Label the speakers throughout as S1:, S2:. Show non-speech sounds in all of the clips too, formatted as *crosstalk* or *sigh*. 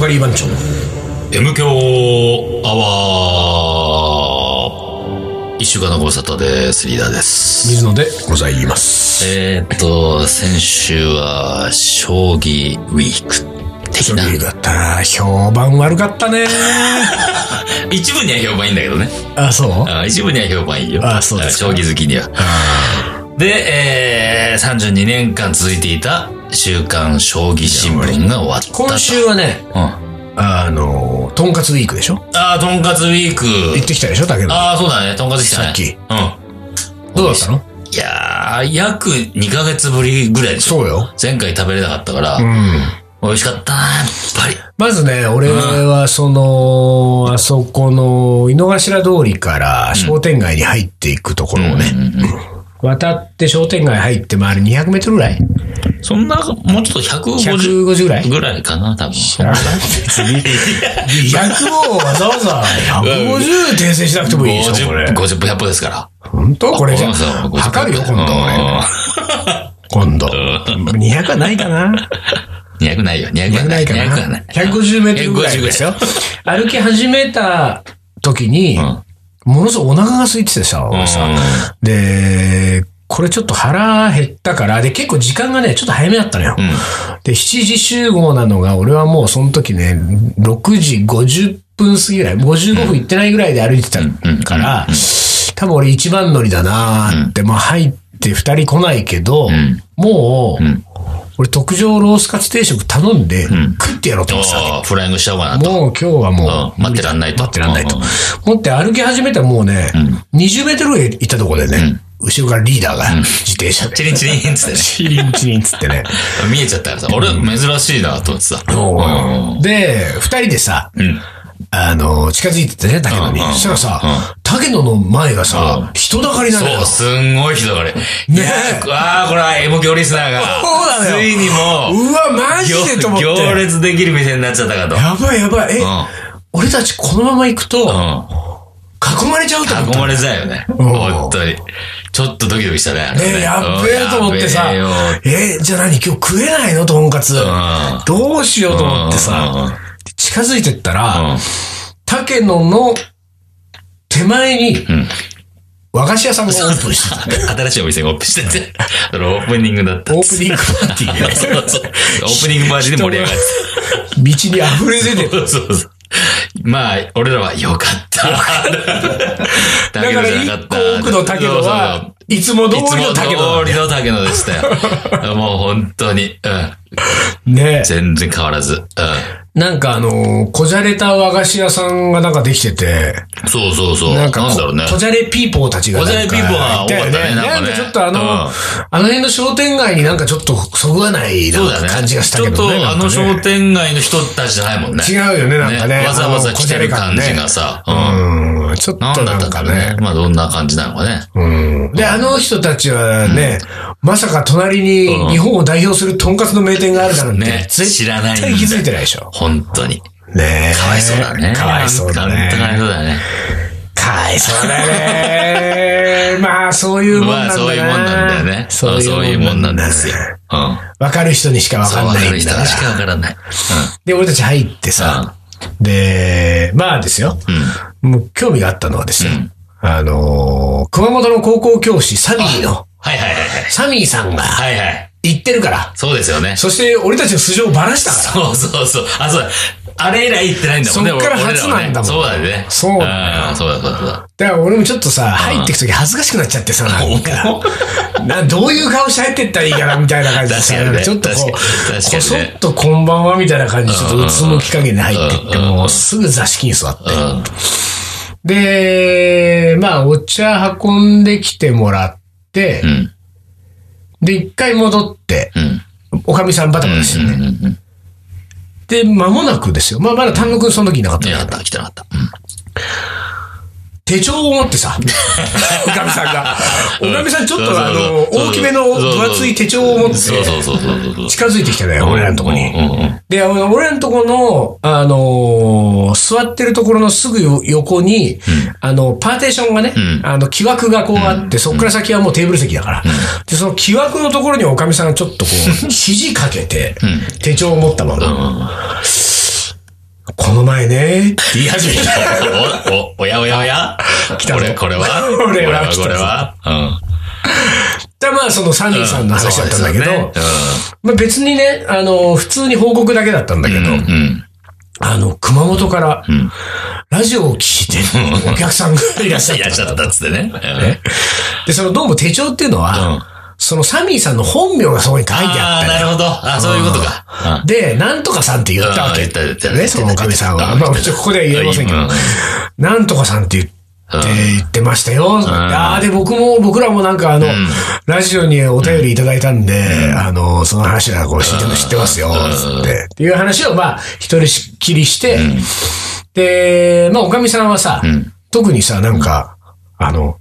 S1: カリー番長の
S2: M 強アワー一週間のご無沙汰です。リーダーです。
S1: 水野で
S3: ございます。
S2: えーっと、先週は、将棋ウィーク的な。
S1: だったら評判悪かったね
S2: 一部には評判いいんだけどね。
S1: あそう
S2: あ一部には評判いいよ。
S1: あそうですか
S2: あ将棋好きには。で、えー、32年間続いていた週刊将棋新聞が終わったと。
S1: 今週はね
S2: うん。あ
S1: あのとんかつウィークでしょ
S2: ー、とんかつウィーク。
S1: 行ってきたでしょだけど
S2: あー、そうだね。とんかつ来たね。
S1: さっき
S2: うん。
S1: どうだったの
S2: いやー、約2ヶ月ぶりぐらいでしょ。
S1: そうよ
S2: 前回食べれなかったから、
S1: うん
S2: 美味しかったなーやっ
S1: まずね、俺はその、あそこの井の頭通りから商店街に入っていくところをね、渡って商店街入って周り200メートルぐらい
S2: ぱり。そんな、もうちょっと150
S1: ?150 ぐらい
S2: ぐらいかな、多分。
S1: 別に。200をわざわざ150訂正しなくてもいいでしょ、これ
S2: 50、。50分100歩ですから。
S1: *laughs* 本当これじゃ、
S2: そうそう50
S1: 測るよ、今度俺。今度。200はないかな
S2: 200ないよ、200
S1: ?200
S2: は
S1: な
S2: ないい。
S1: か
S2: 200は
S1: な
S2: ない。
S1: ?150 メートルぐらいですよ。歩き始めた時に、
S2: ん
S1: ものすごいお腹が空いててさ、俺さ。で、これちょっと腹減ったから、で、結構時間がね、ちょっと早めだったのよ。で、7時集合なのが、俺はもうその時ね、6時50分過ぎぐらい、55分行ってないぐらいで歩いてたから、多分俺一番乗りだなーって、まあ入って2人来ないけど、
S2: ん
S1: もう、
S2: ん
S1: 俺特上ロースカツ定食頼んで、食ってやろうと思ってた。
S2: おーフライングしちゃおうかなと。
S1: もう今日はもう、
S2: うん待ってらんないと
S1: 待ってらんないと
S2: うん。
S1: 持って歩き始めたらもうね、20メートルぐらい行ったところでね、後ろからリーダーが自転車で、
S2: チリンチリンっつってね。
S1: チリンチリンっつってね。
S2: 見えちゃったからさ、俺珍しいなと思ってさ。
S1: うんで、二人でさ、
S2: うん。
S1: あの、近づいてってね、竹野に。
S2: うんうん
S1: そしたらさ、竹野の前がさ、人だかりなの
S2: そ
S1: よ
S2: う、。すんごい人だから。いやー、あーこれは M 強リスナーが。
S1: そうなのよ
S2: ついにもう、
S1: うわ、マジでと思って。
S2: 行列できる店になっちゃったかと。
S1: やばいやばい。え、俺たちこのまま行く
S2: う
S1: と、
S2: ん。うん。
S1: 囲まれちゃうと思っ
S2: 囲
S1: た。
S2: まれちゃうよね。
S1: ん
S2: 本当に。ちょっとドキドキしたね。あれね
S1: え、やっべえと思ってさ
S2: うんやっべ、
S1: え、じゃあ何今日食えないのとんかつ。
S2: ん
S1: どうしようと思って
S2: うんうんう
S1: さ
S2: ん、
S1: 近づいてったら、
S2: うん
S1: 竹野の手前に、和菓子屋さんがオープンしてた。
S2: 新しいお店がオープンして *laughs* て。それオープニングだった。
S1: オープニングパーティーが
S2: そうそう。オープニングパーティーで盛り上
S1: *laughs*
S2: がって
S1: 道に溢れ出て
S2: た。そうそうそう。まあ、俺らは良か
S1: *laughs*
S2: った。だ
S1: だから一個奥の竹野は、いつも通
S2: いつ
S1: り
S2: も
S1: の
S2: 通
S1: 竹野
S2: りの竹野で
S1: *laughs*
S2: したよ。もう本当に。うん。
S1: ね
S2: 全然変わらず。うん。
S1: なんかあのー、こじゃれた和菓子屋さんがなんかできてて、
S2: そうそうそう。
S1: な
S2: なんん
S1: かこ
S2: だろうね。
S1: こじゃれピーポーたちがなんか。
S2: こじゃれピーポーが多かったね
S1: いよ
S2: なんかね
S1: なんかちょっとあの、
S2: うん
S1: あの辺の商店街になんかちょっとそぐわない
S2: そう
S1: な
S2: だ
S1: ん
S2: ね。
S1: か感じがしたけ
S2: ちょ
S1: ど
S2: っ
S1: ね。
S2: と、
S1: な
S2: あ
S1: んか
S2: の
S1: ね
S2: 商店街の人たちじゃないもんね。
S1: 違うよね、なんかね。
S2: わざわざ来てる
S1: あの
S2: 感じが。さ。う
S1: こじ
S2: ん。
S1: ゃれ感ねうん、ちょっと
S2: 何だっ
S1: な
S2: た
S1: ん
S2: んだ
S1: か
S2: ろうね
S1: ね。。
S2: まあ、どんな感じなのかね。
S1: うんで、あの人たちはね、まさか隣に日本を代表するとんかつの名店があるだなんて、
S2: ね
S1: 絶
S2: 知らないんだ
S1: 対
S2: よ
S1: 気づいてないでしょ。
S2: 本当に。
S1: ねえ。
S2: かわいそうだね。
S1: かわいそうだ
S2: 本当かわい
S1: ね。
S2: そうだね。
S1: かわいそうだ *laughs* ね。まあ、そういうもんな
S2: ま
S1: んだ
S2: あ、
S1: な。
S2: そういうもんなんだよね。そういうもんなんですよ。うん。
S1: わかる人にしかわ
S2: そう
S1: かん
S2: わ
S1: な
S2: か
S1: いん
S2: る
S1: だ
S2: 人
S1: から
S2: にしかわからない。
S1: で、俺たち入ってさ、で、まあですよ。もう興味があったのはですよ。あのー熊本の高校教師、サミーの、
S2: はいはいはいはい。
S1: サミーさんが
S2: はいはい。
S1: 言ってるから。
S2: そうですよね。
S1: そして、俺たちの素性をばらしたから。
S2: そうそうそう。あ、そうだ。あれ以来行ってないんだもんね。
S1: そっから
S2: 俺
S1: 初なんだもん
S2: 俺らはね
S1: そ
S2: そうう
S1: だ
S2: だ
S1: よ
S2: ね。うんそうだそうだそうだ。
S1: だから俺もちょっとさ、入ってくとき恥ずかしくなっちゃってさ、なんか、などういう顔して入ってったらいいかな、みたいな感じでさ、
S2: 確かにね
S1: ちょっとこう、こ
S2: 確かに確かにね
S1: そっとこんばんは、みたいな感じで、ちょっとうつむき加減で入ってって、もうすぐ座敷に座って。で、まあ、お茶運んできてもらって、
S2: ん
S1: で、一回戻って、
S2: うん。
S1: おかみさんバタバタしてね。で、間もなくですよ。まあ、まだ丹野くんその時いなかった
S2: い
S1: ん
S2: な
S1: だけど
S2: かった、来てなかった。うん
S1: 手帳を持って
S2: *laughs*
S1: さ、おかみさんが。おかみさんちょっとあの、
S2: そうそうそう
S1: 大きめの分厚い手帳を持って
S2: そうそうそうそうそう。
S1: 近づいてきたのよ、俺らのとこに
S2: う。んうんうん
S1: で、あの俺らのとこの、あのー座ってるところのすぐよ横に、あの、パーテーションがね、あの、木枠がこうあって、そっから先はもうテーブル席だから。で、その木枠のところにおかみさんがちょっとこう、肘かけて、手帳を持ったまま。この前ね、
S2: 言い始めた。お、お、おやおやおや
S1: 来たぞ
S2: これ、これは
S1: これは来たぞ
S2: これはこれは
S1: だまあそのサニ
S2: う
S1: ー
S2: ん。
S1: さんの話だったんだけど、
S2: そうですよ
S1: まあ別にね、あの、普通に報告だけだったんだけど、
S2: ねうん。
S1: あの、熊本から、ラジオを聞いてるお客さんが
S2: うん。
S1: い
S2: い
S1: ら
S2: ら
S1: っ
S2: っ
S1: し
S2: し
S1: ゃ
S2: ゃ
S1: っ
S2: い
S1: た
S2: らっしゃったっつってね。うん
S1: で、そのどうも手帳っていうのは、
S2: うん
S1: そのサミーさんの本名がそこに書いてあ
S2: あ
S1: っ
S2: あ、
S1: た
S2: なる
S1: よ
S2: ほど。あそういうことか。
S1: で、なんとかさんって言ったわけ。
S2: うん言った言った
S1: ね、そのおかみさんは。
S2: うん
S1: まあ、ちょここでは言えませんけど
S2: うん、
S1: なんとかさんって言って、
S2: うん
S1: 言ってましたよ。ああ、で、僕も、僕らもなんかあの、ラジオにお便りいただいたんで、あの、その話はこう知って知ってますよ、つって。っていう話を、まあ、一人しっきりして、で、まあ、おかみさんはさ、特にさ、なんか、あの、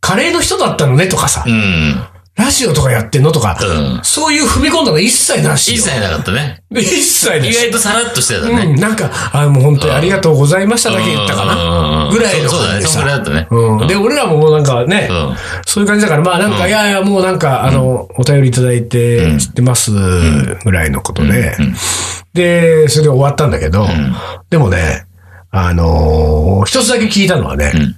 S1: カレーの人だったのねとかさ
S2: う、ん。
S1: ラジオとかやってんのとか
S2: うん、
S1: そういう踏み込んだの一切なし
S2: 一
S1: よ。
S2: 切なかったね。
S1: *laughs* 一切な
S2: 意
S1: し。
S2: 外とさらっとしてたね。
S1: うん、なんか、あもう本当にありがとうございましただけ言ったか
S2: うんうんうん
S1: な
S2: うん
S1: ぐらいの
S2: そうそうだ
S1: 感
S2: ね。
S1: じで
S2: そんぐら
S1: さ。
S2: いだったね。
S1: うん。で、俺らももうなんかね、
S2: うん
S1: そういう感じだから、まあなんか、いやいや、もうなんか、あの、お便りいただいて、知ってます、ぐらいのことで、で、それで終わったんだけど、でもね、あのー一つだけ聞いたのはね、
S2: ん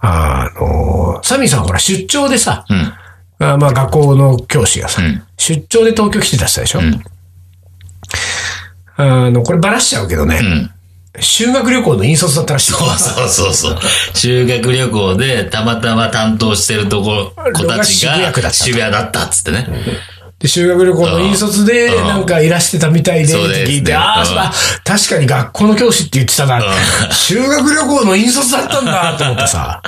S1: あのーサミーさんほら出張でさ、
S2: うん。
S1: あまあ学校の教師がさ、
S2: うん
S1: 出張で東京来てた人でしょ、
S2: ん
S1: あの、こればらしちゃうけどね、
S2: うん。
S1: 修学旅行の引率だったらしい。
S2: そうそうそう。修学旅行で、たまたま担当してるとこ、子たち
S1: 渋谷区だった
S2: が渋谷だったっつってね。
S1: で、修学旅行の引率で、
S2: うん
S1: なんかいらしてたみたいで、
S2: そうです
S1: 聞
S2: ね
S1: いて、あ
S2: う
S1: あ、
S2: ん
S1: そうだ確かに学校の教師って言ってたな。修学旅行の引率だったんだ、と思って
S2: *laughs*
S1: さ。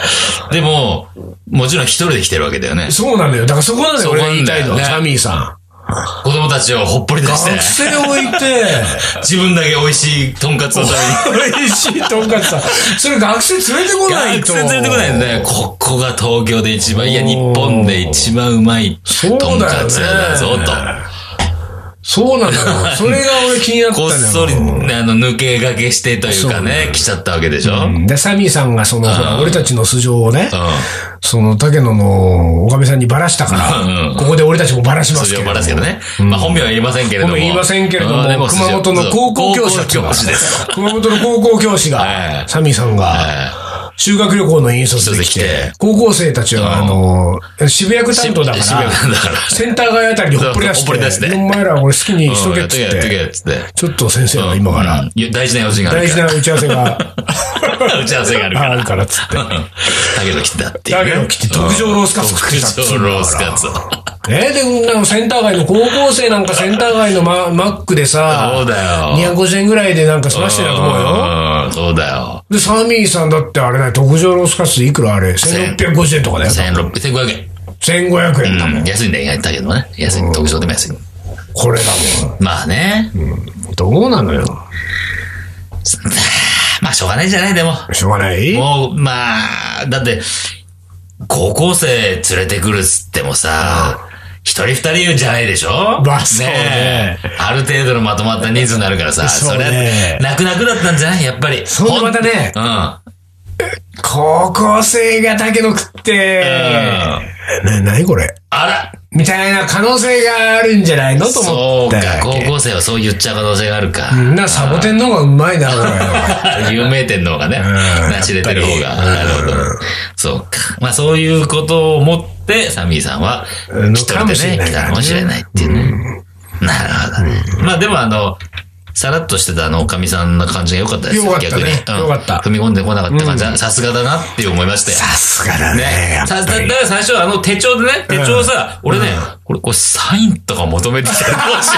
S2: でも、もちろん一人で来てるわけだよね。
S1: そうなんだよ。だからそこなんだよ、
S2: そう
S1: 俺
S2: なんだ
S1: が言いたい
S2: よ
S1: のは、
S2: ね
S1: サミーさ
S2: 子供たちをほっぽり出
S1: ん。
S2: して
S1: 学、生置い
S2: *laughs*
S1: て、
S2: 自分だけ美味しいとんかつのために。
S1: 美味しいとんかつさん。それ学生連れてこない
S2: 学
S1: と。
S2: 生連れてこないんだよ。ここが東京で一番、いや、日本で一番うまい
S1: そうだよ
S2: と
S1: ね
S2: んかつ屋だぞ、と。
S1: そうなんだよ。それが俺気になったんだ
S2: *laughs* こ
S1: よ。
S2: っそり、あの、抜け駆けしてというかね、来ちゃったわけでしょ。うん。
S1: で、サミーさんがその、ほら俺たちの素性をね、
S2: う
S1: その、竹野のおかみさんにばらしたから、
S2: ん。
S1: ここで俺たちもばらします
S2: 筋
S1: け
S2: を
S1: ど。
S2: ばらすけどね。まあ本名は言いませんけれども。
S1: 本名言いませんけれども
S2: うで筋を
S1: 熊本の高校教師だった
S2: 高校教師です。
S1: 熊本の高校教師
S2: は
S1: が、
S2: い
S1: サミーさんが、
S2: は
S1: 修学旅行の引率で来
S2: 引率で
S1: て
S2: 来て、
S1: 高校生たちは、あの、渋谷区
S2: い
S1: 担当だか
S2: 渋谷
S1: ら、
S2: 区だから。
S1: センター街あたりにほっぽり出
S2: そうほっぽり出
S1: し
S2: し
S1: て、
S2: てね
S1: お前ら俺好きにしとけっつ
S2: うん
S1: っ
S2: やっとけ
S1: て、
S2: やっとけっつって。
S1: ちょっと先生は今から、
S2: うんいや大事な用事があ
S1: 大
S2: る
S1: 事
S2: か
S1: な打ち合わせが
S2: ら。打ち合わせがあるから。
S1: あるからっつって。
S2: だけど来てたっていう
S1: だ
S2: ね。
S1: けど来て特上ロースカツ食ってたっつ
S2: 特
S1: うんだ
S2: 上ロース
S1: から
S2: カツを。
S1: えで、こんなのセンター街の高校生なんかセンター街のママックで
S2: そ
S1: さ
S2: う、だよ。
S1: 250円ぐらいでなんか済ましてたと思うよ。
S2: うんそうだよ。
S1: で、サミーさんだってあれだよ、特上ロースカツいくらあれ ?1650 円とかだよ。
S2: 1600、1500円。
S1: 1500円だもん。
S2: うん安いんだよ、意外とだけどね。安い、特上でも安い。
S1: これだ
S2: まあね。
S1: もん。どうなのよ。
S2: まあ、しょうがないじゃない、でも。
S1: しょうがない
S2: もう、まあ、だって、高校生連れてくるっつってもさ、一人二人いるんじゃないでしょ
S1: まあそうね
S2: えある程度のまとまった人数になるからさ、
S1: そうね
S2: れ、泣く泣くだったんじゃないやっぱり。
S1: そんでまたね
S2: ほんうん。
S1: 高校生がだけど食って、な、なにこれ
S2: あら
S1: みたいな可能性があるんじゃないのと
S2: そ
S1: 思
S2: う
S1: った
S2: か、
S1: わ
S2: 高
S1: け
S2: 校生はそう言っちゃう可能性があるか。
S1: な、サボテンの方がうまいな、これ。
S2: *laughs* 有名店の方がね、
S1: ん
S2: なしれてる方が。なるほど。そうか。まあそういうことを思って、サミーさんは、
S1: うん
S2: 一人
S1: かもしれ
S2: でね、
S1: ない
S2: 来
S1: からね
S2: たかもしれないっていうね。なるほど。まあでもあの、さらっとしてたあの、おかみさんな感じが良かったです
S1: よかったね
S2: 逆にう
S1: よ
S2: ん
S1: かった
S2: 踏み込んでこなかった感じは、さすがだなって思いましたよ
S1: さ。すがだね。
S2: ね
S1: や。っ
S2: さだ
S1: ぱ
S2: だ
S1: り
S2: から最初、あの手帳でね、手帳さ、俺ね、これ、これサインとか求めてきたらどうしよ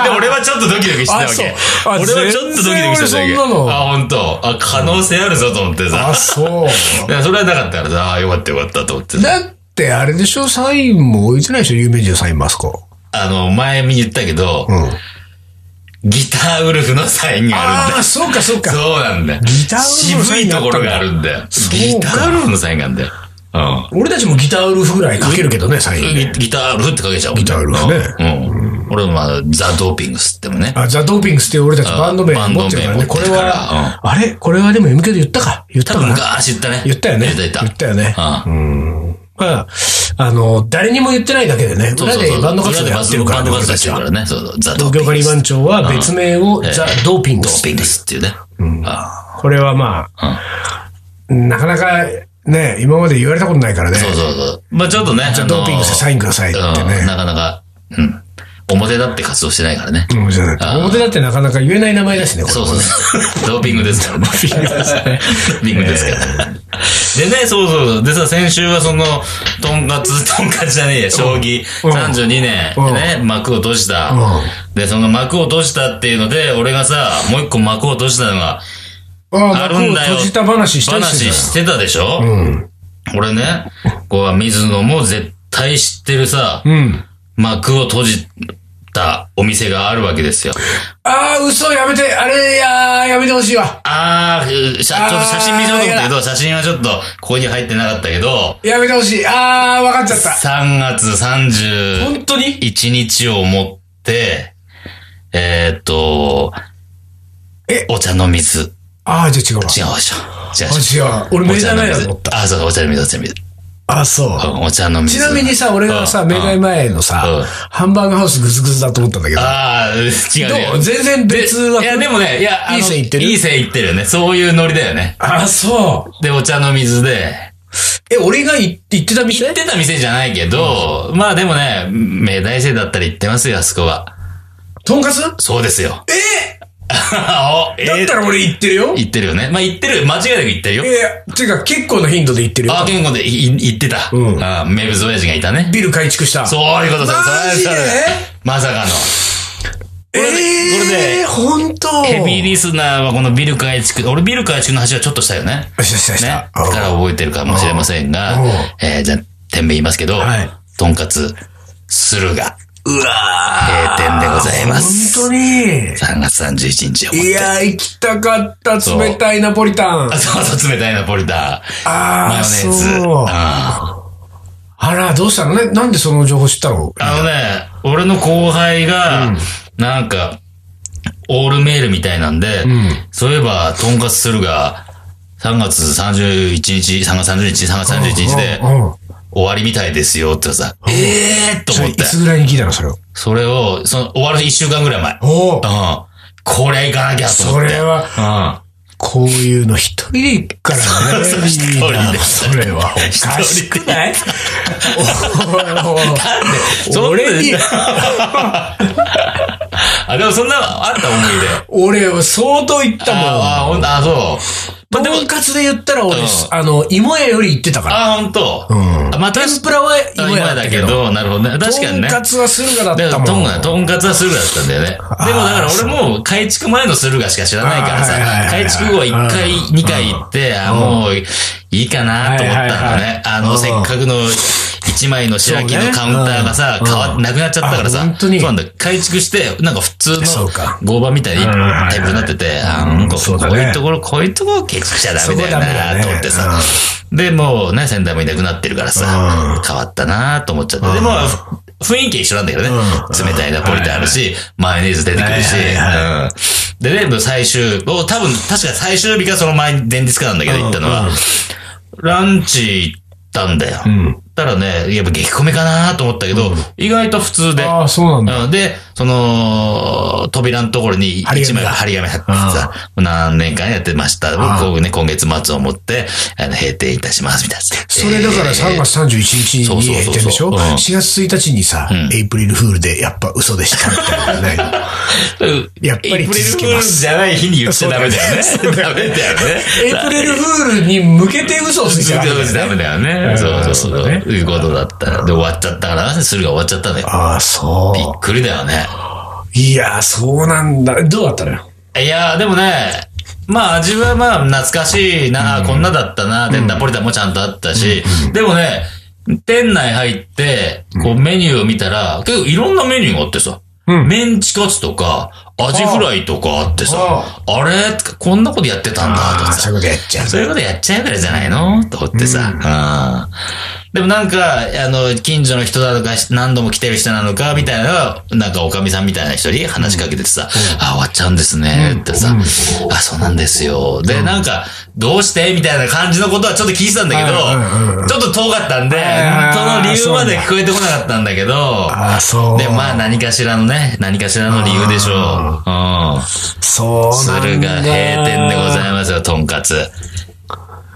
S2: うで、俺はちょっとドキドキしてたわけ
S1: あ。そうあ
S2: 俺はちょっとドキドキしてたわ
S1: 全然
S2: け。
S1: 俺そんなの
S2: あ、本当あ、可能性あるぞと思ってさ
S1: あ、。そ
S2: だ
S1: う。
S2: からそれはなかったからさ、あよかったよかったと思ってさ。
S1: だって、あれでしょサインも置いてないでしょ有名人のサインマスコ。
S2: あの、前に言ったけど
S1: う、ん。
S2: ギターウルフのサインがあるん
S1: あ
S2: だ
S1: あ、
S2: よ。
S1: そうか、そうか。
S2: そうなんだよ。
S1: ギターウルフのサ
S2: 渋
S1: イン
S2: い
S1: があ
S2: と
S1: ったんだ
S2: ころがあるんだよ。
S1: そうか
S2: ギターウルフのサインがあるんだよ。うん。
S1: 俺たちもギターウルフぐらい書けるけどね、サインね。
S2: ギギターウルフってかけちゃうもんね。
S1: ギターウルフ
S2: ね。うん。俺もまあ、ザ・ドーピングスってもね。
S1: あ、ザ・ドーピングスっていう俺たちバンド名
S2: バン
S1: 持
S2: ド名
S1: ってるからね。
S2: 持
S1: こ
S2: って
S1: れ
S2: るから
S1: は、あれこれはでも MK で言ったか言った
S2: 多
S1: かな
S2: 分昔言ったね。
S1: 言ったよね。
S2: 言った言った。
S1: 言ったよね。
S2: うん
S1: まあ、あの、誰にも言ってないだけでね、裏でバンド活動やってるから、
S2: バンド
S1: 俺
S2: 活動や
S1: た
S2: って
S1: ち
S2: るから
S1: は。
S2: ね。そうそう。ザ・
S1: 東
S2: ドー
S1: 京
S2: ピング
S1: カリ
S2: ス
S1: バン長は別名をザ・ドーピング
S2: ド
S1: ス
S2: ーピングスっていうね。あ
S1: これはまあ、なかなかね、今まで言われたことないからね。
S2: そうそうそう。まあちょっとね。あの
S1: ドーピングしてサインくださいって
S2: うん
S1: ね。
S2: なかなか、うん。表だって活動してないからね。
S1: うん、じゃない表だってなかなか言えない名前だしね、これ
S2: そうそうそう。ドーピングですからね。ドーピングですから。でね、そうそうそう。でさ、先週はその、とんかつ、とんかつじゃねえや、将棋
S1: うん
S2: 32年、
S1: うん
S2: ね、幕を閉じた
S1: うん。
S2: で、その幕を閉じたっていうので、俺がさ、もう一個幕を閉じたのが、
S1: あ
S2: あ
S1: あ、
S2: る
S1: 幕
S2: ん
S1: を
S2: だよ。
S1: 閉じた話したり
S2: 話
S1: して
S2: してたでしょ
S1: たよ。うん。
S2: 俺ね、こう、水野も絶対知ってるさ、
S1: うん。
S2: 幕を閉じたお店があるわけですよ。
S1: ああ、嘘やめて、あれ、やー、やめてほしいわ。
S2: あー、写ちょっと写真見せようと思ったけど、写真はちょっとここに入ってなかったけど、
S1: やめてほしい。ああ、わかっちゃった。
S2: 3月31
S1: 本当に
S2: 日をもって、えーっと
S1: え、
S2: お茶の水。違
S1: ああ、じゃあ違うわ。
S2: うでしょ。違うでしょ。
S1: あ、違う。俺、明
S2: お茶
S1: 大
S2: の
S1: 前だ
S2: 水
S1: と思った。。
S2: あ、そうか、お茶の水、お茶の水。
S1: あ、そう
S2: うんお茶の水。
S1: ちなみにさ、俺が
S2: う
S1: さ、
S2: ん
S1: 明大前の
S2: うん
S1: さ、ハンバーグハウスグズグズだと思ったんだけど。
S2: ああ、違うね。
S1: どう全然別だ
S2: いや、でもね、いや、あの
S1: いい線いってる
S2: いい線いってるよね。そういうノリだよね。
S1: あ、そう。
S2: で、お茶の水で、
S1: え、俺がい行ってた店
S2: 行ってた店じゃないけど、まあでもね、明大生だったら行ってますよ、あそこは。
S1: とんかつ
S2: そうですよ。
S1: え
S2: *laughs* あおえ
S1: だったら俺行ってるよ。
S2: 行ってるよね。まあ行ってる、間違いなく行ってるよ。
S1: えー、ていうか結構な頻度で行ってるよ
S2: あ。あ、健康でいい行ってた。
S1: うん
S2: ああ名物親父がいたね。
S1: ビル改築した。。
S2: そうういうことだ。
S1: マジで
S2: それそれまさかの。
S1: え
S2: これ
S1: え
S2: でこれで
S1: ー、ほんと。
S2: ヘビーリスナーはこのビル改築、俺ビル改築の話はちょっとしたよね。
S1: よしよしよし。
S2: ね。
S1: うん
S2: から覚えてるかもしれませんが
S1: うん、
S2: えーじゃあ、店名言いますけど、
S1: はい
S2: とんかつ、するが、
S1: うわ
S2: 閉店でございます。
S1: 本当に。
S2: 3月31日をもっ
S1: い
S2: て。
S1: やー、行きたかった冷たいナポリタン。
S2: あそうそう、冷たいナポリタン。
S1: あ
S2: マヨネ
S1: あ、
S2: ーズ。
S1: そう。
S2: あ
S1: あら、どうしたのねなんでその情報知ったの
S2: あのね、俺の後輩が、なんか、オールメールみたいなんで、
S1: ん
S2: そういえば、とんかつするが、3月31日、3月30日、3月31日で
S1: うんうんうん
S2: 終わりみたいですよってさ、ええー、と
S1: それ
S2: 思
S1: い
S2: って。
S1: つぐらいに聞いたのそれを。
S2: それを、その、終わる1週間ぐらい前。うん。
S1: おお
S2: これ行かなきゃと思って。
S1: それはこういうの一人で行くからね。
S2: *laughs* そうそう一人で
S1: いいなそれはおかしくない
S2: *laughs* うん。そんな
S1: 俺に、
S2: あ、でもそんなのあった思い出。
S1: 俺は相当行ったもん。
S2: ああ、ほんと、あ、そう。まあ、でも
S1: とん、かつで言ったら俺、
S2: うん
S1: あの、芋屋より行ってたから。
S2: あ、ほんと。
S1: ん
S2: あまあ、確
S1: 天ぷらは芋
S2: 今
S1: 屋だ
S2: だ
S1: った
S2: け
S1: けど。
S2: ど、なるほどね。確かにね。
S1: とんかつは駿河だ
S2: だ
S1: った
S2: から
S1: も
S2: とん
S1: ん。
S2: が、とんかつは駿河だったんだよね。でもだから俺もう改築前の駿河しか知らないから
S1: あ
S2: さ
S1: ーはいはい、はいはい
S2: 改築後は1回、2回行って、あー、もういいかなと思った
S1: は
S2: の
S1: いはいは
S2: ね。あの、せっかくの1枚の白木のカウンターがさ、
S1: そうねうん
S2: 変わっ、なくなっちゃったから
S1: あ
S2: さ、
S1: 本当に
S2: そうなんだ。改築して、なんか普通
S1: そ
S2: の
S1: うか
S2: 合板みたいにタイプになってて、あーなんか
S1: そうだね
S2: こういうところ、こういうところ建築しちゃダメだよ
S1: そこダメだ
S2: な
S1: ね
S2: と思ってさ。で、もうね、先代もいなくなってるからさ、変わったなと思っちゃって。でも、ふ雰囲気は一緒なんだけどね。
S1: う
S2: 冷たいナポリタンあるし、マヨネーズ出てくるし。
S1: はいはい
S2: うんで、ね、もう最終、お多分、確か最終日かその前、前日かなんだけど行ったのは、ランチ行ったんだよ。
S1: うん。
S2: たらね、やっぱ激コメかなと思ったけど、意外と普通で。
S1: ああ、そうなんだ。
S2: うんで、その、扉のところに
S1: 張り
S2: 一
S1: 紙
S2: 枚
S1: が
S2: 張り紙貼ってさ、何年間やってました。こうね、今月末をもって、あの、閉店いたします、みたいな。
S1: それだから3月31日に
S2: そうそうそうそ
S1: 閉
S2: う
S1: 店でしょ
S2: うん
S1: ?4 月1日にさ、エイプリルフールでやっぱ嘘でしたみたいな
S2: *laughs*
S1: のない。
S2: うん
S1: やっぱり
S2: エイプリルフ
S1: 続け
S2: ー
S1: ま
S2: ル
S1: す
S2: じゃない日に言っちゃダメだよね。
S1: そうだ
S2: *laughs* ダメだよね。
S1: エイプリルフールに向けて嘘をついちゃう。
S2: ダメだよね。そうそうそう。いうことだったら。で、終わっちゃったから、するが終わっちゃったんだよ。
S1: ああ、そ
S2: びっくりだよね。
S1: う。いやー、そうなんだ。どうだったのよ。
S2: いやー、でもね、まあ味はまあ懐かしいな、こんなだったな、で、ナポリタンもちゃんとあったし、でもね、店内入って、こうメニューを見たら、結構いろんなメニューがあってさ、
S1: うん
S2: メンチカツとか、アジフライとかあってさ、あ
S1: あ
S2: れとかこんなことやってたんだ、と
S1: あ
S2: か
S1: あ、
S2: さ
S1: そういうことやっちゃう。
S2: そういうことやっちゃうからじゃないのと思ってさ、うんでもなんか、あの、近所の人なのか、何度も来てる人なのか、みたいな、なんかおかみさんみたいな人に話しかけててさ、あ、終わっちゃうんですね、ってさ、あ、そうなんですよ。で、なんか、どうしてみたいな感じのことはちょっと聞いてたんだけ
S1: うんうんうん
S2: ど、ちょっと遠かったんで、
S1: あー
S2: その理由まで聞こえてこなかったんだけど、
S1: ああ、そう。
S2: で、まあ何かしらのね、何かしらの理由でしょう。うん。
S1: そうなんだ。
S2: 鶴が閉店でござい
S1: ま
S2: ますよ、とんかつ。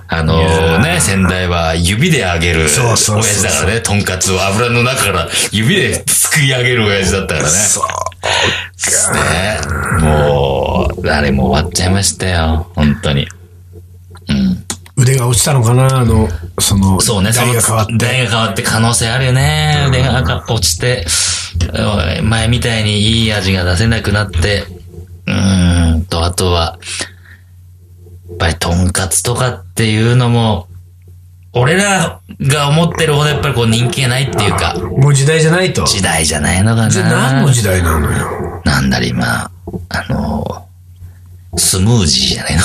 S2: あの
S1: やー
S2: ね、先代は指で揚げる
S1: そ
S2: 親
S1: うそうそうそう
S2: 父だからね、とんかつを油の中から指ですくい上げる親父だったからね。
S1: そう。
S2: ね。もう、あれも終わっちゃいましたよ、本当に。
S1: 腕が落ちたのかなあの、その、
S2: そうね、
S1: 代が変
S2: その
S1: わって。
S2: 代が変わって可能性あるよね。腕が赤落ちて、おい前みたいにいい味が出せなくなって、うーんと、あとは、やっぱりとんかつとかっていうのも、俺らが思ってるほどやっぱりこう人気がないっていうか、
S1: もう時代じゃないと。
S2: 時代じゃないのかな。
S1: じゃあ何の時代なのよ。
S2: なんだろ、今、あの、スムージーじゃ
S1: *laughs*
S2: ない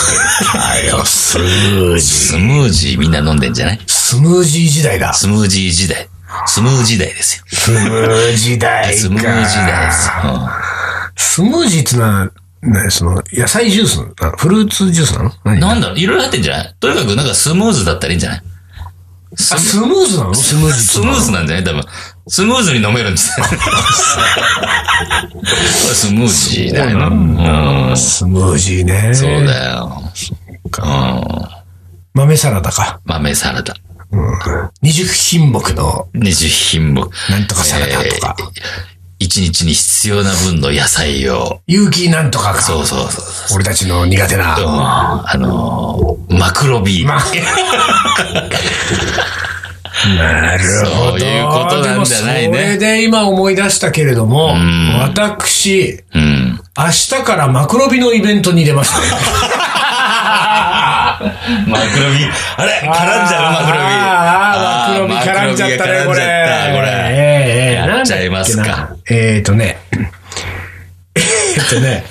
S2: の
S1: スムージー。
S2: スムージーみんな飲んでんじゃない
S1: スムージー時代だ。
S2: スムージー時代。スムージー時代ですよ。
S1: スムージー代か。
S2: スムージー時代です。うん
S1: スムージーってのは、ね、その、野菜ジュースなのフルーツジュースなの何
S2: なんだろういろいろ入ってんじゃないとにかくなんかスムーズだったらいいんじゃない
S1: あスムーズなのスムージー
S2: スムーズなんじゃない多分。スムーズに飲めるんですよ。スムージーだよな。うん。
S1: スムージーね。
S2: そうだよ。うん。
S1: 豆サラダか。
S2: 豆サラダ。
S1: 20品目の
S2: 20品目。
S1: なんとかサラダとか。
S2: えー。1日に必要な分の野菜を。
S1: 有機なんとかか。
S2: そうそうそうそう。
S1: 俺たちの苦手な。
S2: うんあのーマクロビー。
S1: ま
S2: *laughs*
S1: あなるほど。
S2: そういうことなんじゃな
S1: で
S2: いね
S1: もそれで今思い出したけれども
S2: ん、
S1: 私、
S2: うん。
S1: 明日からマクロビのイベントに出ましたね。
S2: マクロビ。あれ絡んじゃうマクロビ。
S1: あーあー、マクロビ
S2: あー
S1: 絡んじゃった
S2: マ
S1: ね、
S2: クロ
S1: こ
S2: ビ
S1: れ。
S2: が絡んじゃったこれ。
S1: ええええ
S2: やっちゃいますか
S1: なんだっけなえっとね。えっとね。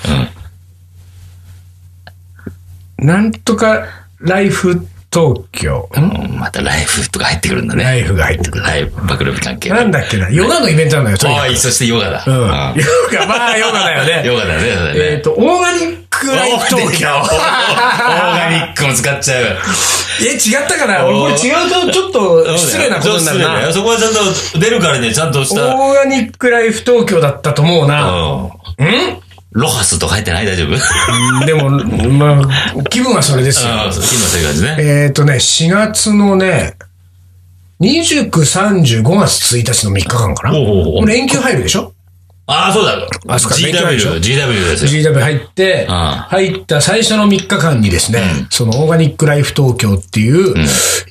S1: なんとか、ライフ東京。
S2: うんまたライフとか入ってくるんだ
S1: ラ
S2: ね。
S1: イフが入ってくる。
S2: ライフ、マクロビ関係。
S1: なんだっけな、ヨガのイベントなんだよ、とにか
S2: おい、そしてヨガだ。
S1: く。うん。ヨガ、まあ、ヨガだよね。
S2: ヨガだね、そ
S1: え
S2: れ
S1: っ
S2: ね。
S1: と、オーガニックライフ東京。
S2: オーガニックも使っちゃう。
S1: え、違ったかな俺これ違うとちょっと失礼なことになる
S2: そうだ
S1: な
S2: よ。そこはちゃんと出るからね、ちゃんとした。うん。
S1: オーガニックライフ東京だったと思うな。うん
S2: ロハスとか入ってない大丈夫うん。
S1: でも、まあ、気分はそれですよ。
S2: そう金のそういう感じね。
S1: えっとね、4月のね、29、35月1日の3日間かな。
S2: おうおうおう
S1: もう連休入るでしょ
S2: ああ、そうだ。
S1: あそっか勉強会でしょ
S2: GW、GW ですよ。
S1: GW 入って、
S2: ああ
S1: 入った最初の3日間にですね、そのオーガニックライフ東京っていう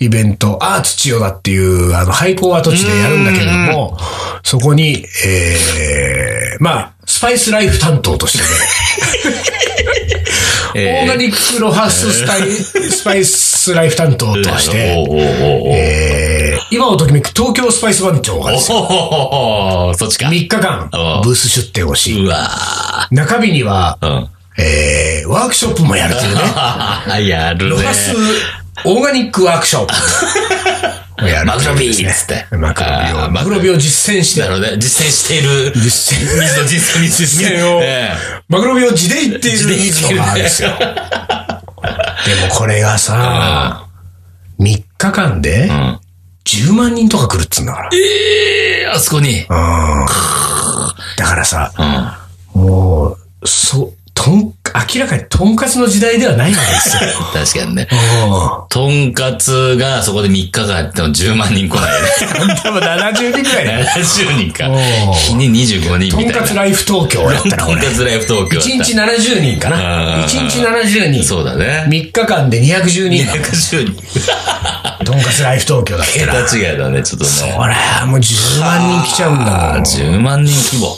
S1: イベント、アーツ千代田っていう、あの、廃校跡地でやるんだけれども、そこに、えー、まあ、スパイスライフ担当として
S2: *laughs*
S1: ね、オーガニックロハススタイ、スパイスライフ担当として、
S2: おうおうおうおう
S1: えー、今をときめく東京スパイス番長がですね、
S2: おおそっちか。
S1: 3日間
S2: ああ、
S1: ブース出店をし、
S2: うわ
S1: 中日には、
S2: ーうん。
S1: えー、ワークショップもやるというね。
S2: あ *laughs* やるね。
S1: ロハスオーガニックワークシ *laughs* ョップ。やる
S2: マクロビーっつって。
S1: マクロビ
S2: あ
S1: を、
S2: ー
S1: マ
S2: マ
S1: ク
S2: ク
S1: ロ
S2: ロビ
S1: ビを実践し
S2: な
S1: て、
S2: るほどね。実践している。
S1: 実践
S2: 水の実践、実
S1: 実
S2: 践
S1: 践を
S2: え
S1: *laughs* マクロビを地で言っている
S2: 地で言っているね
S1: のがあるんですよ。で *laughs* もこれがさ、3日間で
S2: えうん。
S1: 10万人とか来るっつうんだから。
S2: えーあそこに。
S1: うんだからさ、
S2: うん。
S1: もう、そう、とん、明らかにとんかつの時代ではないわけですよ。
S2: 確かにね。
S1: *laughs* うん
S2: とんかつがそこで3日間やっても10万人来ないね。
S1: *laughs* 多分70人くらいだ *laughs*
S2: *laughs*
S1: よ。
S2: 70人か
S1: おー。
S2: 日に25人
S1: と
S2: み
S1: ん
S2: たい
S1: か
S2: な。
S1: つライフ東京やったら
S2: とん
S1: 俺
S2: か。つライフ東京だった。
S1: 1日70人か
S2: うん
S1: な。1日70人。
S2: そうだね。
S1: 3日間で210人だ。
S2: 110人。
S1: とんかつライフ東京だっけな。
S2: 桁違いだね、ちょっとね。
S1: ほら、もう10万人来ちゃうんだもん。
S2: 10万人規模。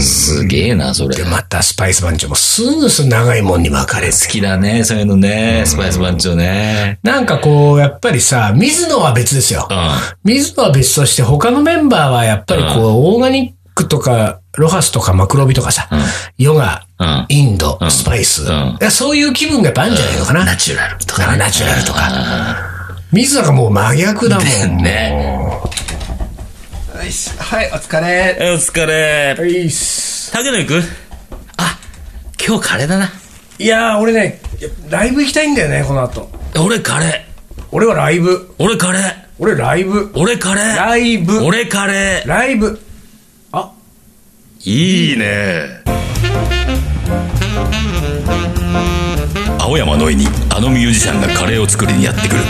S2: すげえな、それ。
S1: で、
S2: 好
S1: またスパイス番長もすぐすぐ長いもんに巻かれて。
S2: きだね、そういうのね。スパイス番長ね。
S1: なんかこう、やっぱりさ、水野は別ですよ
S2: うん。。
S1: 水野は別として他のメンバーはやっぱりこう、オーガニックとか、ロハスとかマクロビとかさ、ヨガ、
S2: うん。
S1: インド、スパイス、
S2: ん
S1: いやそういう気分がやっぱあるんじゃないのかな。
S2: ナチュラルとか
S1: あ
S2: ね。
S1: ナチュラルとか
S2: か。
S1: 水野がもう真逆だもん。
S2: ね。
S1: いっすはい、お疲れ。
S2: お疲れ。
S1: いいっす。
S2: 竹野行くあ、今日カレーだな。
S1: いやー、俺ね、いやライブ行きたいんだよね、この後。
S2: 俺カレ
S1: 俺はライブ
S2: ー。。俺カレー。
S1: 俺ライブ。
S2: 俺カレー。
S1: ライブ。
S2: 俺カレ
S1: ライブ。あ、
S2: ー。いいね。青山のいにあのミュージシャンがカレーを作りにやってくる。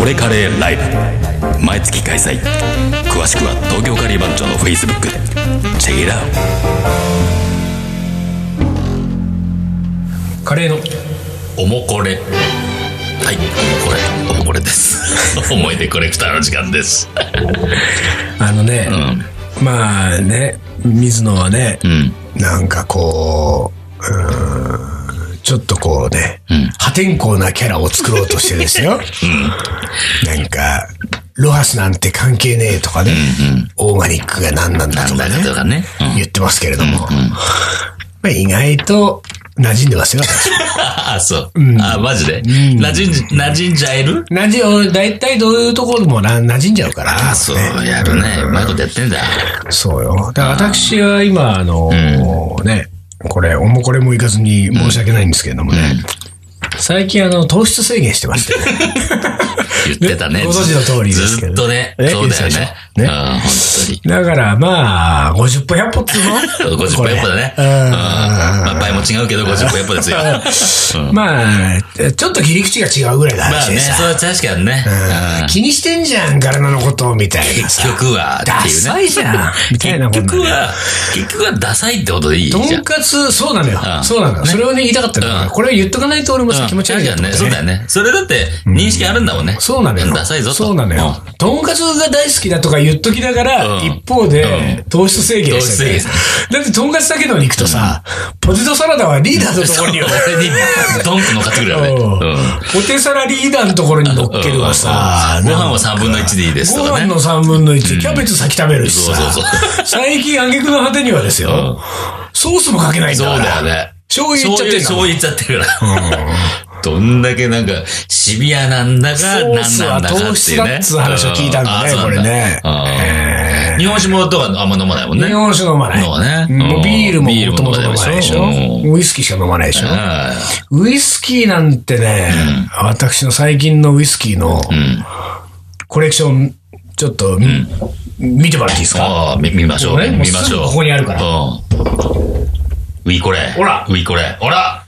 S2: 俺カレーライブ。毎月開催。詳しくは東京カリー番長の Facebook で。チェックイラー。
S1: カレーの。
S2: おもこれ。はい、おもこれ。おもこれです。 *laughs* 思い出コレクターの時間です。
S1: あのね、まあね、水野はね、
S2: うん。
S1: なんかこう、うーんちょっとこうね、破天荒なキャラを作ろうとしてです
S2: *laughs*
S1: よ。なんか、ロハスなんて関係ねえとかね、オーガニックが何なんだとか
S2: な
S1: ね
S2: んだ、とかね。うん
S1: 言ってますけれども、まあ、意外と馴染んでますよ、私。
S2: *laughs* ああ、そう。あマジで。なじんじ、なじんじゃえる
S1: *laughs* 馴染俺大体どういうところもな馴染んじゃうから。
S2: ああ、そう。やるね。うまいことやってんだ。
S1: そうよ。だから私は今、あのね、これ、おもこれも行かずに申し訳ないんですけれどもね、最近あの、糖質制限してまして、 *laughs* ね、
S2: 言ってたね。
S1: ご存知の通りですけど
S2: ずっとね。
S1: ね
S2: そ
S1: 言
S2: うだよね。う
S1: ってたでしょね
S2: ん、本当に。
S1: だからまあ、50歩100歩っつうの
S2: 50
S1: こ
S2: 歩
S1: れ
S2: やっぱだね。
S1: う
S2: うんん。まあ、倍も違うけど、50歩やっぱですよ。うん
S1: まあ、ちょっと切り口が違うぐらいの
S2: まあ
S1: 話
S2: ね、
S1: でさ、
S2: それは確かにね。うん
S1: 気にしてんじゃん、体のこと、みたいな
S2: 結
S1: さ。
S2: 局は、
S1: ダ
S2: っていうね
S1: サ。いじ
S2: *laughs*
S1: ゃん、みたいな
S2: 結
S1: こと
S2: 局は、結局はダサいってことでいいじゃん。
S1: とんかつ、そうなのよ。
S2: うん
S1: そうなのよ。それをね、言いたかったのよ
S2: うん
S1: これを言っとかないと俺もさ、気持ち悪い
S2: じゃん
S1: と思
S2: ね。
S1: って
S2: そうだよね。それだって、認識あるんだもんね。
S1: そうなのよ。
S2: ダサいぞと。
S1: そうなのよ
S2: ん。。
S1: とんかつが大好きだとか言っときながら、
S2: うん
S1: 一方で、糖質制限してて
S2: 糖質制
S1: だってとんかつだけの肉とさ、ポテトサラダはリーダーのとこ
S2: *laughs* そう
S1: ろに
S2: 俺
S1: よ。
S2: に、ドンク乗っかってくるよね。
S1: うん
S2: うん
S1: ポテサラリーダーのところに乗っけるはさ、
S2: ご
S1: なん
S2: 飯
S1: か
S2: は3分の1でいいですと
S1: ご
S2: か
S1: 飯
S2: ね
S1: の。3分の1、キャベツ先食べるしさ
S2: そうそう、
S1: 最近挙句の果てにはですよ、ソースもかけないん
S2: そ
S1: だ
S2: う
S1: から。
S2: だよね。
S1: 醤油いっちゃってんだも
S2: 醤
S1: ん
S2: 油いっちゃってるから。どんだけなんか、シビアなんだか、
S1: ソ
S2: なん
S1: ー
S2: なん
S1: ス
S2: だ
S1: は
S2: かっていうね。
S1: 糖質だっつう話を聞いたんだね
S2: うあ
S1: これね
S2: そうなんだうん日本酒もとかあんま飲まないもんね。
S1: 日本酒飲まない。
S2: 飲まない
S1: うんもうビールも
S2: ビール
S1: もと
S2: も
S1: もと
S2: 飲
S1: 飲
S2: ま
S1: ま
S2: な
S1: ないい
S2: で
S1: で
S2: し
S1: し
S2: ょ
S1: ょ。ウイスキーしか飲まないでしょ。ウイスキーなんてね、私の最近のウイスキーの
S2: ん
S1: コレクション、ちょっと、見てもらっていいですか
S2: ああ、み見ましょう。
S1: これね
S2: 見ましょう。
S1: もうすぐここにあるから
S2: うん。ウィコレ。
S1: ほら
S2: ウィコレ。ほら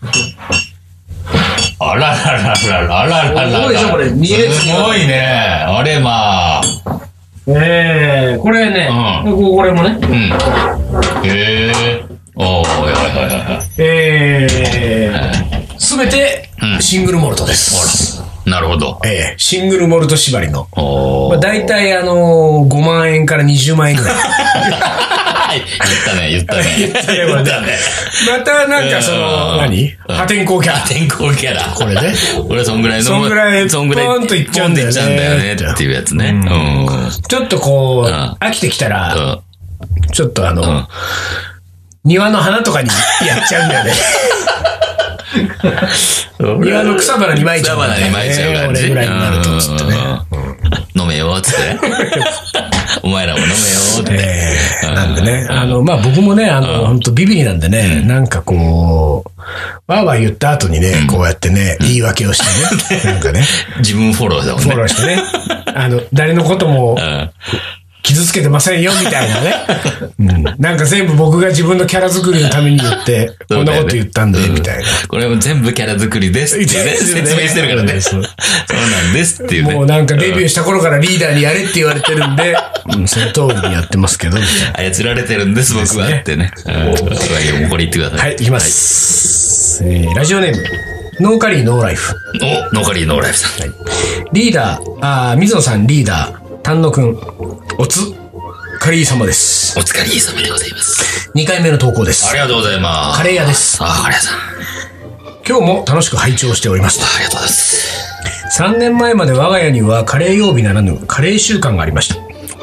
S2: あらららららららら。
S1: すごいでしょこれ二列
S2: す
S1: に
S2: ごいね。あれまあ。
S1: ええこれね
S2: う
S1: ここれもね、
S2: うん。へえ。おー、はいはいはいはいは
S1: ええすべて
S2: うん
S1: シングルモルトです。
S2: い。なるほど。
S1: ええシングルモルト縛りの。
S2: お
S1: まあ、
S2: ー。
S1: 大体あのー、5万円から20万円ぐらい。
S2: *laughs* はい言ったね、言ったね。
S1: 言ったねこれね
S2: ね。
S1: またなんかそ
S2: うん
S1: の、何破天荒キャラ。
S2: 天候キャラ。これね。俺そんぐらいの。
S1: そんぐらい
S2: そんぐらい。
S1: ポンといっちゃうんだよね
S2: ポンといっちゃうんだよねっていうやつね。う
S1: ちょっとこう、
S2: ん
S1: 飽きてきたら、
S2: ん。うん
S1: ちょっとあの、
S2: ん
S1: 庭の花とかにやっちゃうんだ
S2: *laughs*
S1: よね。庭の草花にまいちゃう
S2: 草花にまいちゃう感
S1: え
S2: じ。
S1: ー俺ぐらいになるとちょっとね
S2: うん飲めよ、つ
S1: *laughs*
S2: って。お前らも飲めよ、って。
S1: ええなんでね、あの、まあ、僕もね、あの、本当ビビリなんでね、なんかこう、わーわー言った後にね、こうやってね、言い訳をして
S2: *laughs*
S1: ね、なんかね、
S2: 自分フォローだもん
S1: フォ
S2: ね。
S1: ローしてね、あの、誰のことも
S2: うん
S1: 傷つけてませんよ、みたいなね。うんなんか全部僕が自分のキャラ作りのために言
S2: *laughs*
S1: って、こんなこと言ったんで、みたいな。
S2: これも全部キャラ作りですってね、説明してるからね。そうなんですっていうね。
S1: もうなんかデビューした頃からリーダーにやれって言われてるんで、 *laughs* うん、その通りにやってますけど、みたいな
S2: 操られてるんです、僕はってね。うんそれだけ誇り言ってくださ。
S1: はいい、いきます。えーラジオネーム、ノーカリーノーライフ。
S2: お、ノーカリーノーライフさん。
S1: リーダー、あー水野さんリーダー、丹野くん、おつ、カリー様です。
S2: お疲れ様でございます。
S1: 2回目の投稿で
S2: あ
S1: す
S2: り。がとうございます。
S1: カレー屋です。
S2: あ、カレーさん。
S1: 今日も楽しく拝聴しておりました。
S2: ありがとうございます。
S1: 3年前まで我が家にはカレー曜日ならぬカレー習慣がありました。
S2: お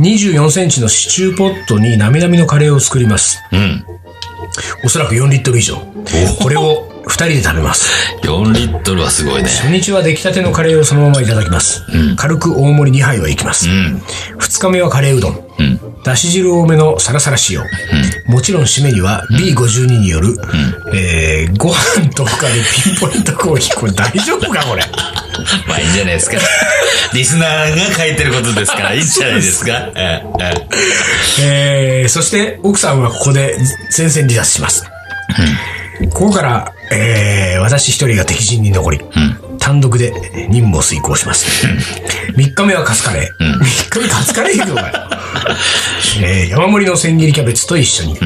S1: 24センチのシチューポットに並々のカレーを作ります。
S2: うん。
S1: おそらく4リットル以上。これを二人で食べます。
S2: 4リットルはすごいね。
S1: 初日は出来たてのカレーをそのままいただきます。軽く大盛り2杯はいきます。
S2: うん。
S1: 二日目はカレーうどん。
S2: うん。
S1: だし汁多めのサラサラ仕様。もちろん締めには B52 による、えー、ご飯と他でピンポイントコーヒー。これ大丈夫かこれ。
S2: まあいいんじゃな
S1: *laughs*
S2: いですか。リスナーが書いてることですから、いいんじゃないですか。えええ
S1: えー、そして奥さんはここで戦線離脱します。ここから、えー、私一人が敵陣に残り、単独で任務を遂行します。3日目はカツカレー。3日目カツカレー行くの *laughs* かよ。えー、山盛りの千切りキャベツと一緒に。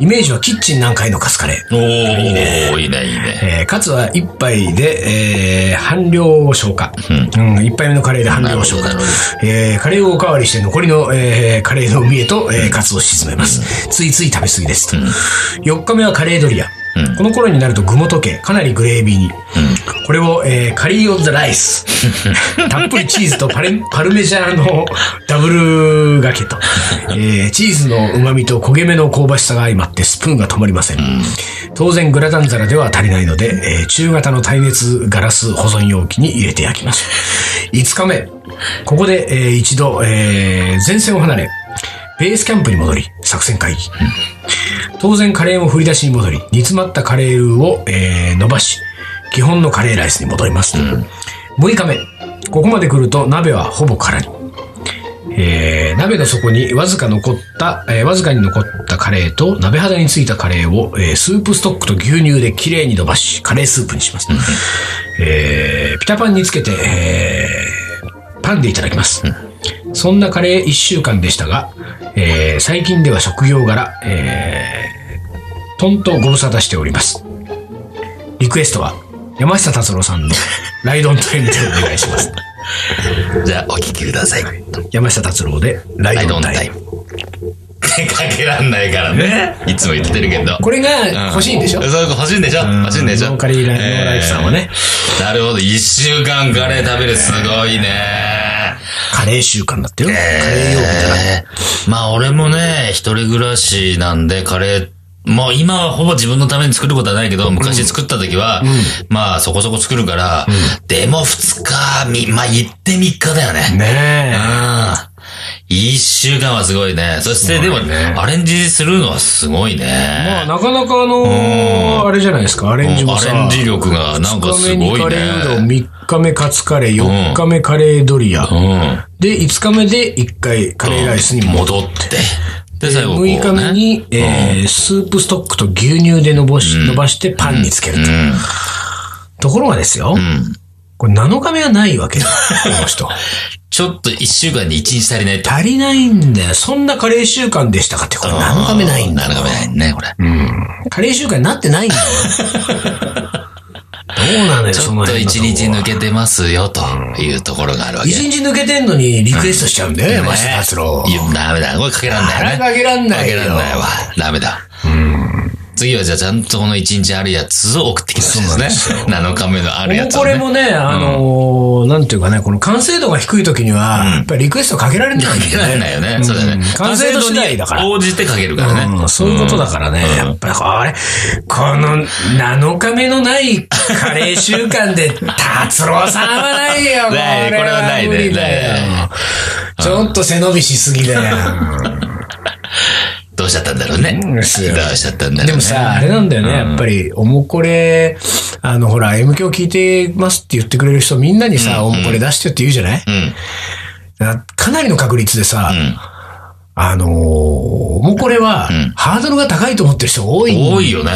S1: イメージはキッチン南海のカツカレー。
S2: えおー、いいね、いいね。
S1: えー、カツは1杯で、えー、半量を消化。うん、1杯目のカレーで半量を消化
S2: なるほどなる。
S1: えー、カレーをおかわりして残りの、えー、カレーの海へと、えー、カツを沈めます。ついつい食べ過ぎですと。4日目はカレードリア。この頃になると具も溶け、かなりグレービーに。これを、えー、カリー・オブ・ザ・ライ
S2: *laughs*
S1: ス。たっぷりチーズとパレパルメジャーのダブルがけと。えー、チーズの旨味と焦げ目の香ばしさが相まってスプーンが止まりません。当然グラタン皿では足りないので、えー中型の耐熱ガラス保存容器に入れて焼きます。5日目。ここで、えー一度、えー前線を離れ、ベースキャンプに戻り、作戦会議。当然カレーも振り出しに戻り、煮詰まったカレールーを、えー伸ばし、基本のカレーライスに戻ります。6日目。ここまで来ると鍋はほぼ空に。えー鍋の底にわずか残った、えーわずかに残ったカレーと鍋肌についたカレーを、えースープストックと牛乳できれいに伸ばし、カレースープにします。えーピタパンにつけて、えーパンでいただきます。そんなカレー1週間でしたが、えー最近では職業柄、えー、とんとご無沙汰しております。リクエストは、山下達郎さ
S2: *laughs*
S1: んのライドオンタイムでお願いします。
S2: じゃあ、お聞きください。
S1: 山下達郎でラ
S2: ラ
S1: イ
S2: イ
S1: ド
S2: ド
S1: オ
S2: オ
S1: ン
S2: ン
S1: タ
S2: タ
S1: イ
S2: イ
S1: ム。
S2: ム。 *laughs* かけらんないからね。いつも言ってるけど。
S1: これが欲しいんでしょ、
S2: うんそう、欲しいんでしょ欲しいんでしょ
S1: ノーカリーライノーライフさんはね。
S2: えーなるほど。一週間カレー食べる。すごいね。
S1: カレー週間だってよ。カレー曜日じゃない。
S2: えーまあ俺もね、一人暮らしなんでカレー、もう今はほぼ自分のために作ることはないけど、昔作った時は、まあそこそこ作るから、でも二日、み、まあ言って三日だよね。
S1: ね
S2: うん。一週間はすごいね。そしてでも、アレンジするのはすごいね。
S1: え。まあ、なかなかあのーあれじゃないですか、アレンジ
S2: うん
S1: も
S2: ア
S1: さ。
S2: レンジ力がなんか
S1: 2
S2: す
S1: 日目に
S2: ごい
S1: カレーうどん、
S2: ね。
S1: 3日目カツカレー、4日目カレードリア。
S2: うん。
S1: で、5日目で1回カレーライスに戻
S2: 戻って。で、最後こう、ね。
S1: 6日目に、えースープストックと牛乳で伸ばし、伸ばしてパンにつけると。ところがですよ、
S2: うん。
S1: これ7日目はない
S2: *laughs*
S1: わけよ、この人。
S2: ちょっと一週間に一日足りないと。
S1: 足りないんだよ。そんなカレー習慣でしたかって、これ7日目ないんだ
S2: な
S1: よ
S2: る。ないね、これ。
S1: カレー習慣になってない
S2: *laughs*
S1: んだよ。どうなのよ、
S2: ち
S1: そ
S2: ょ
S1: の
S2: っと
S1: 辺の
S2: 一
S1: とこは
S2: 日抜けてますよ、というところがあるわけ。
S1: 一日抜けてんのにリクエストしちゃうんだよ、山下達郎。
S2: いや、ダメだ。これかけらん
S1: あ
S2: な
S1: れ
S2: いよね。
S1: かけらん
S2: か
S1: ない
S2: け
S1: よ。
S2: らんないわ。ダメだ。次はじゃあちゃんとこの一日あるやつを送ってきてほしいですね。7日目のあるやつ
S1: もうこ
S2: を
S1: れ
S2: ね。
S1: もね、あのーなんていうかね、この完成度が低い時には、やっぱりリクエストかけられないん
S2: かけ
S1: だよ
S2: ら
S1: ね。
S2: んないよね。そうだよね
S1: うん。完成度次第だから
S2: 応じてかけるからね。
S1: うん、そういうことだからね。やっぱりこれ、この7日目のないカレー習慣で、達郎さんはないよ、これ
S2: *laughs* ないこれはないね
S1: 無理だよ
S2: ない
S1: ちょっと背伸びしすぎだよ。
S2: どうしちゃったんだろうね。
S1: うん
S2: どうしちゃったんだろうね。
S1: でもさ、あれなんだよね、やっぱり、おもこれ、あの、ほら、M 響聞いてますって言ってくれる人、みんなにさ、おもこれ出してって言うじゃない、
S2: うん。
S1: なかなりの確率でさ、
S2: ん
S1: あのーもうこれは、ハードルが高いと思ってる人多いん
S2: 多いよね。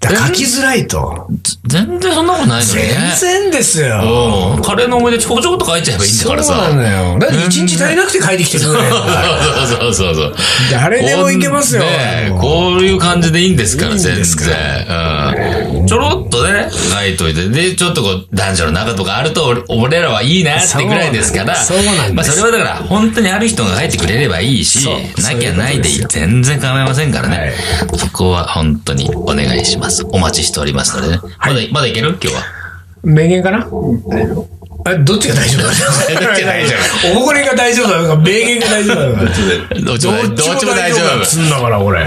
S1: だから書きづらいと。
S2: 全然そんなことないのにね。
S1: 全然ですよ。
S2: うん。カレーの思い出ちょこちょこっと書いちゃえばいいんだ
S1: そ
S2: か
S1: う
S2: らさ。
S1: なのよ。だって一日足りなくて書いてきて
S2: *laughs*
S1: るぐらいだから
S2: そうそうそうそう。
S1: 誰でもいけますよ。
S2: ね
S1: もう
S2: こういう感じでいいんですから、
S1: いいん
S2: 全
S1: ですか
S2: 然。うん。ちょろっとね、書いといて。で、ちょっとこう、男女の仲とかあると、俺俺らはいいなってぐらいですから。
S1: そうなんです
S2: まあ、それはだから、本当にある人が書いてくれればいいし
S1: そう、
S2: なきゃないでい
S1: そういう
S2: い
S1: こ
S2: 全然構いませんからね。そこは本当にお願いします。お待ちしておりますのでね。まだ、まだいける今日は。
S1: 名言かなあどっちが大丈夫だ
S2: どっちが大丈
S1: 夫おごれが大丈夫だのか、米元が大丈夫なのか。どっ
S2: どっちも大どっちも大丈
S1: だっつ
S2: 夫。
S1: んだから、俺。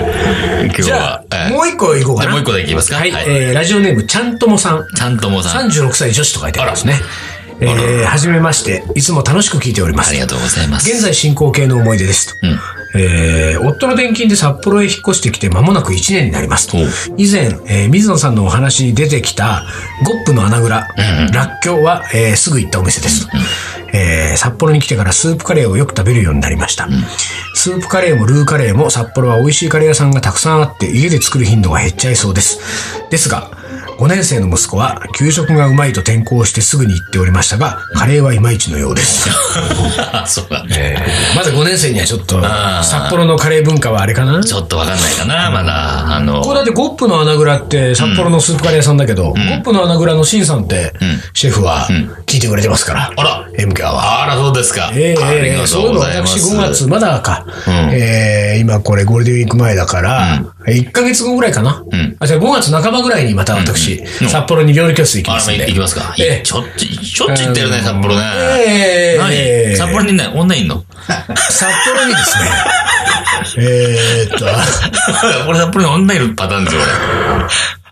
S2: 今日
S1: じゃ
S2: は。
S1: あ、
S2: え
S1: もう一個いこうか
S2: え
S1: な。
S2: もう一個だけいきますか。
S1: はい、えー、ラジオネーム、ちゃんともさん。
S2: ちゃんともうさん。
S1: 36歳女子と書いてありますね。えー、はじめまして。いつも楽しく聞いております。
S2: ありがとうございます。
S1: 現在進行形の思い出ですと。えー夫の転勤で札幌へ引っ越してきて間もなく1年になりますと
S2: おう。
S1: 以前、えー水野さんのお話に出てきたゴップの穴蔵、らっきょうは、えーすぐ行ったお店ですと。えー札幌に来てからスープカレーをよく食べるようになりました。スープカレーもルーカレーも札幌は美味しいカレー屋さんがたくさんあって家で作る頻度が減っちゃいそうです。ですが、5年生の息子は給食がうまいと転校してすぐに行っておりましたが、カレーはいまいちのようです。
S2: あ、 *laughs* そうか。ち
S1: えーまだ5年生にはちょっと、
S2: あー
S1: 札幌のカレー文化はあれかな
S2: ょっとわかんないかな、まだ。あの
S1: こ、こだってゴップの穴蔵って札幌のスープカレー屋さんだけど、ゴップの穴蔵のシンさんって、シェフは聞いてくれてますから、
S2: あら、
S1: M キャは。
S2: あら、そうですか。
S1: ええ
S2: あり
S1: え
S2: が
S1: え
S2: と
S1: そういう
S2: う
S1: の
S2: ございます。
S1: 私5月、まだか。
S2: ん
S1: えー今これゴールデンウィーク前だから、1ヶ月後ぐらいかな。
S2: ん
S1: あ、じゃあ5月半ばぐらいにまた私、
S2: うん
S1: 札幌に料理教室行き
S2: あ
S1: ま
S2: ら、
S1: すん
S2: 行
S1: で。
S2: きますか。い
S1: ええ
S2: ちょっと、しょっちゅう行ってるね、札幌ね。
S1: ええ
S2: 何札幌にね、女いんの *laughs*
S1: 札幌にですね、えーっと、
S2: 俺札幌に女いるパターンですよ、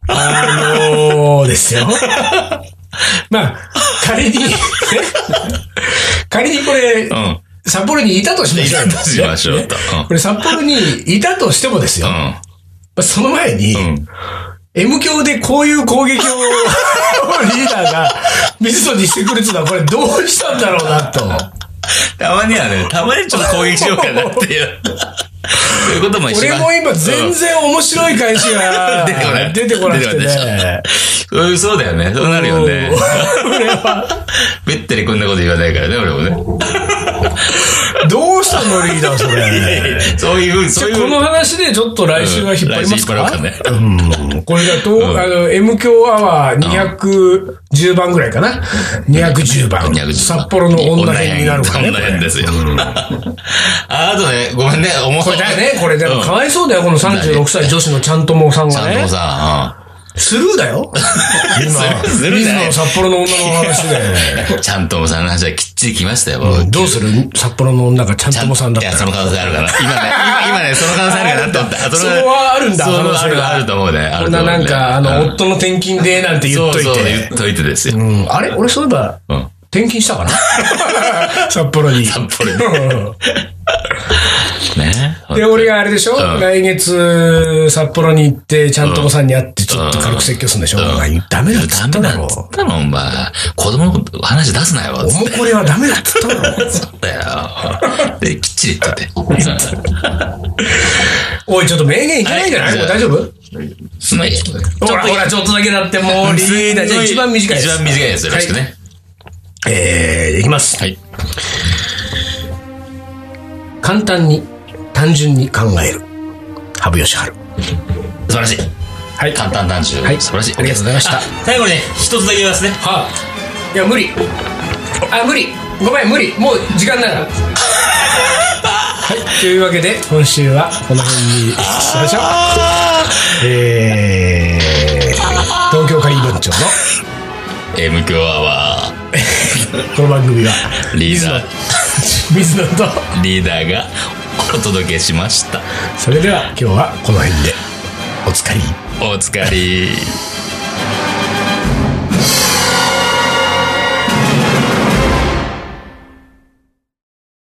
S1: あのーです
S2: *laughs*
S1: よ。まあ、仮に、仮にこれ、
S2: 俺。うん。
S1: 札幌にいたとしましょう。
S2: いたとしましょう
S1: ね
S2: とうん
S1: これ札幌にいたとしてもですよ。まあその前に、
S2: うん。うん。
S1: M 教でこういう攻撃をリーダーが水野にしてくるっていうのはこれどうしたんだろうなと。
S2: たまにはね、たまにちょっと攻撃しようかなっ
S1: *laughs*
S2: ていう。そういうこともします
S1: 俺も今全然面白い返しが
S2: 出てこない
S1: 出てこなくて
S2: 出てこないで
S1: ね。
S2: うんそうだよね。そうなるよね。べってりこんなこと言わないからね、俺もね。
S1: どうしたのリーダーそれ。
S2: そういう、そういう。
S1: この話でちょっと来週は引っ張ります
S2: うん
S1: か,、
S2: 来週引っ張
S1: うん、これだと、あの、M 強アワー210番ぐらいかな ?210 番。
S2: 210
S1: 札幌の女編になるかね。
S2: 女
S1: こ
S2: 編
S1: れ
S2: ですよ。ああとね、ごめんね、思う。
S1: これだよね。これ、でもかわいそうだよ。この36歳女子のちゃんともさん
S2: ち
S1: が
S2: ゃん
S1: ね
S2: と。さ、
S1: スルーだ *laughs* よ。
S2: ス
S1: 今、
S2: ルー
S1: リ
S2: じ
S1: ズ
S2: ゃない
S1: の札幌の女の話で。 *laughs*
S2: うん。ちゃんともさんの話はきっちり来ましたよ、
S1: うんどうする札幌の女がちゃんともさんだ
S2: い
S1: っ
S2: や、
S1: た
S2: そ
S1: ら
S2: の。可能性あるかな。今ね、
S1: *laughs*
S2: 今今ね、その可能性あるかなって思った。
S1: そこはあるんだ
S2: そう
S1: 可能
S2: あ
S1: 性
S2: る、
S1: が
S2: あると思うね。あ
S1: こ
S2: る
S1: ん
S2: と
S1: な
S2: 思う
S1: なん
S2: ね
S1: か、あ
S2: う
S1: の、
S2: ん
S1: 夫の転勤でなんて言っとい
S2: そうそう
S1: て。
S2: 言っといてですよ。
S1: うんあれ俺そういえば、
S2: うん
S1: 転勤したかな *laughs* 札幌に。
S2: 札幌に
S1: うん
S2: ね。
S1: *laughs* で、俺があれでしょ、
S2: ん
S1: 来月、札幌に行って、ちゃんともさんに会って、ちょっと軽く説教するんでしょ、
S2: うん
S1: ダメだっつ
S2: ダ
S1: った
S2: メだ
S1: だ
S2: っ
S1: ろ。
S2: つったの、お前。子供の話出すなよ。
S1: おもこれはダメだっつっただ *laughs* ろ。
S2: そうだよ。で、きっちり言っといて。
S1: *laughs* おい、ちょっと名言いけないんじゃない、
S2: はい
S1: もう大丈夫
S2: その、ちょっと
S1: ほら、ほら、ちょっとだけだって、もう、リーダー、じゃあ一番短いです。
S2: 一番短いです。よろしくね。
S1: えー、いきます。
S2: はい。
S1: 簡単に、単純に考える。羽生善治。
S2: 素晴らしい。
S1: はい
S2: 簡単単純。
S1: はい
S2: 素晴らしい。
S1: ありがとうございました
S2: あ最後にね、一つだけ言いますね。
S1: はいや無理あ無理ごめん無理もう時間ないからはいというわけで今週はこの辺にしましょうえー、東京海番長の
S2: M 強アワー、
S1: この番組は
S2: リーダ
S1: 水野と
S2: ー、リーダーがお届けしました。
S1: それでは今日はこの辺でおつかり
S2: お疲れ。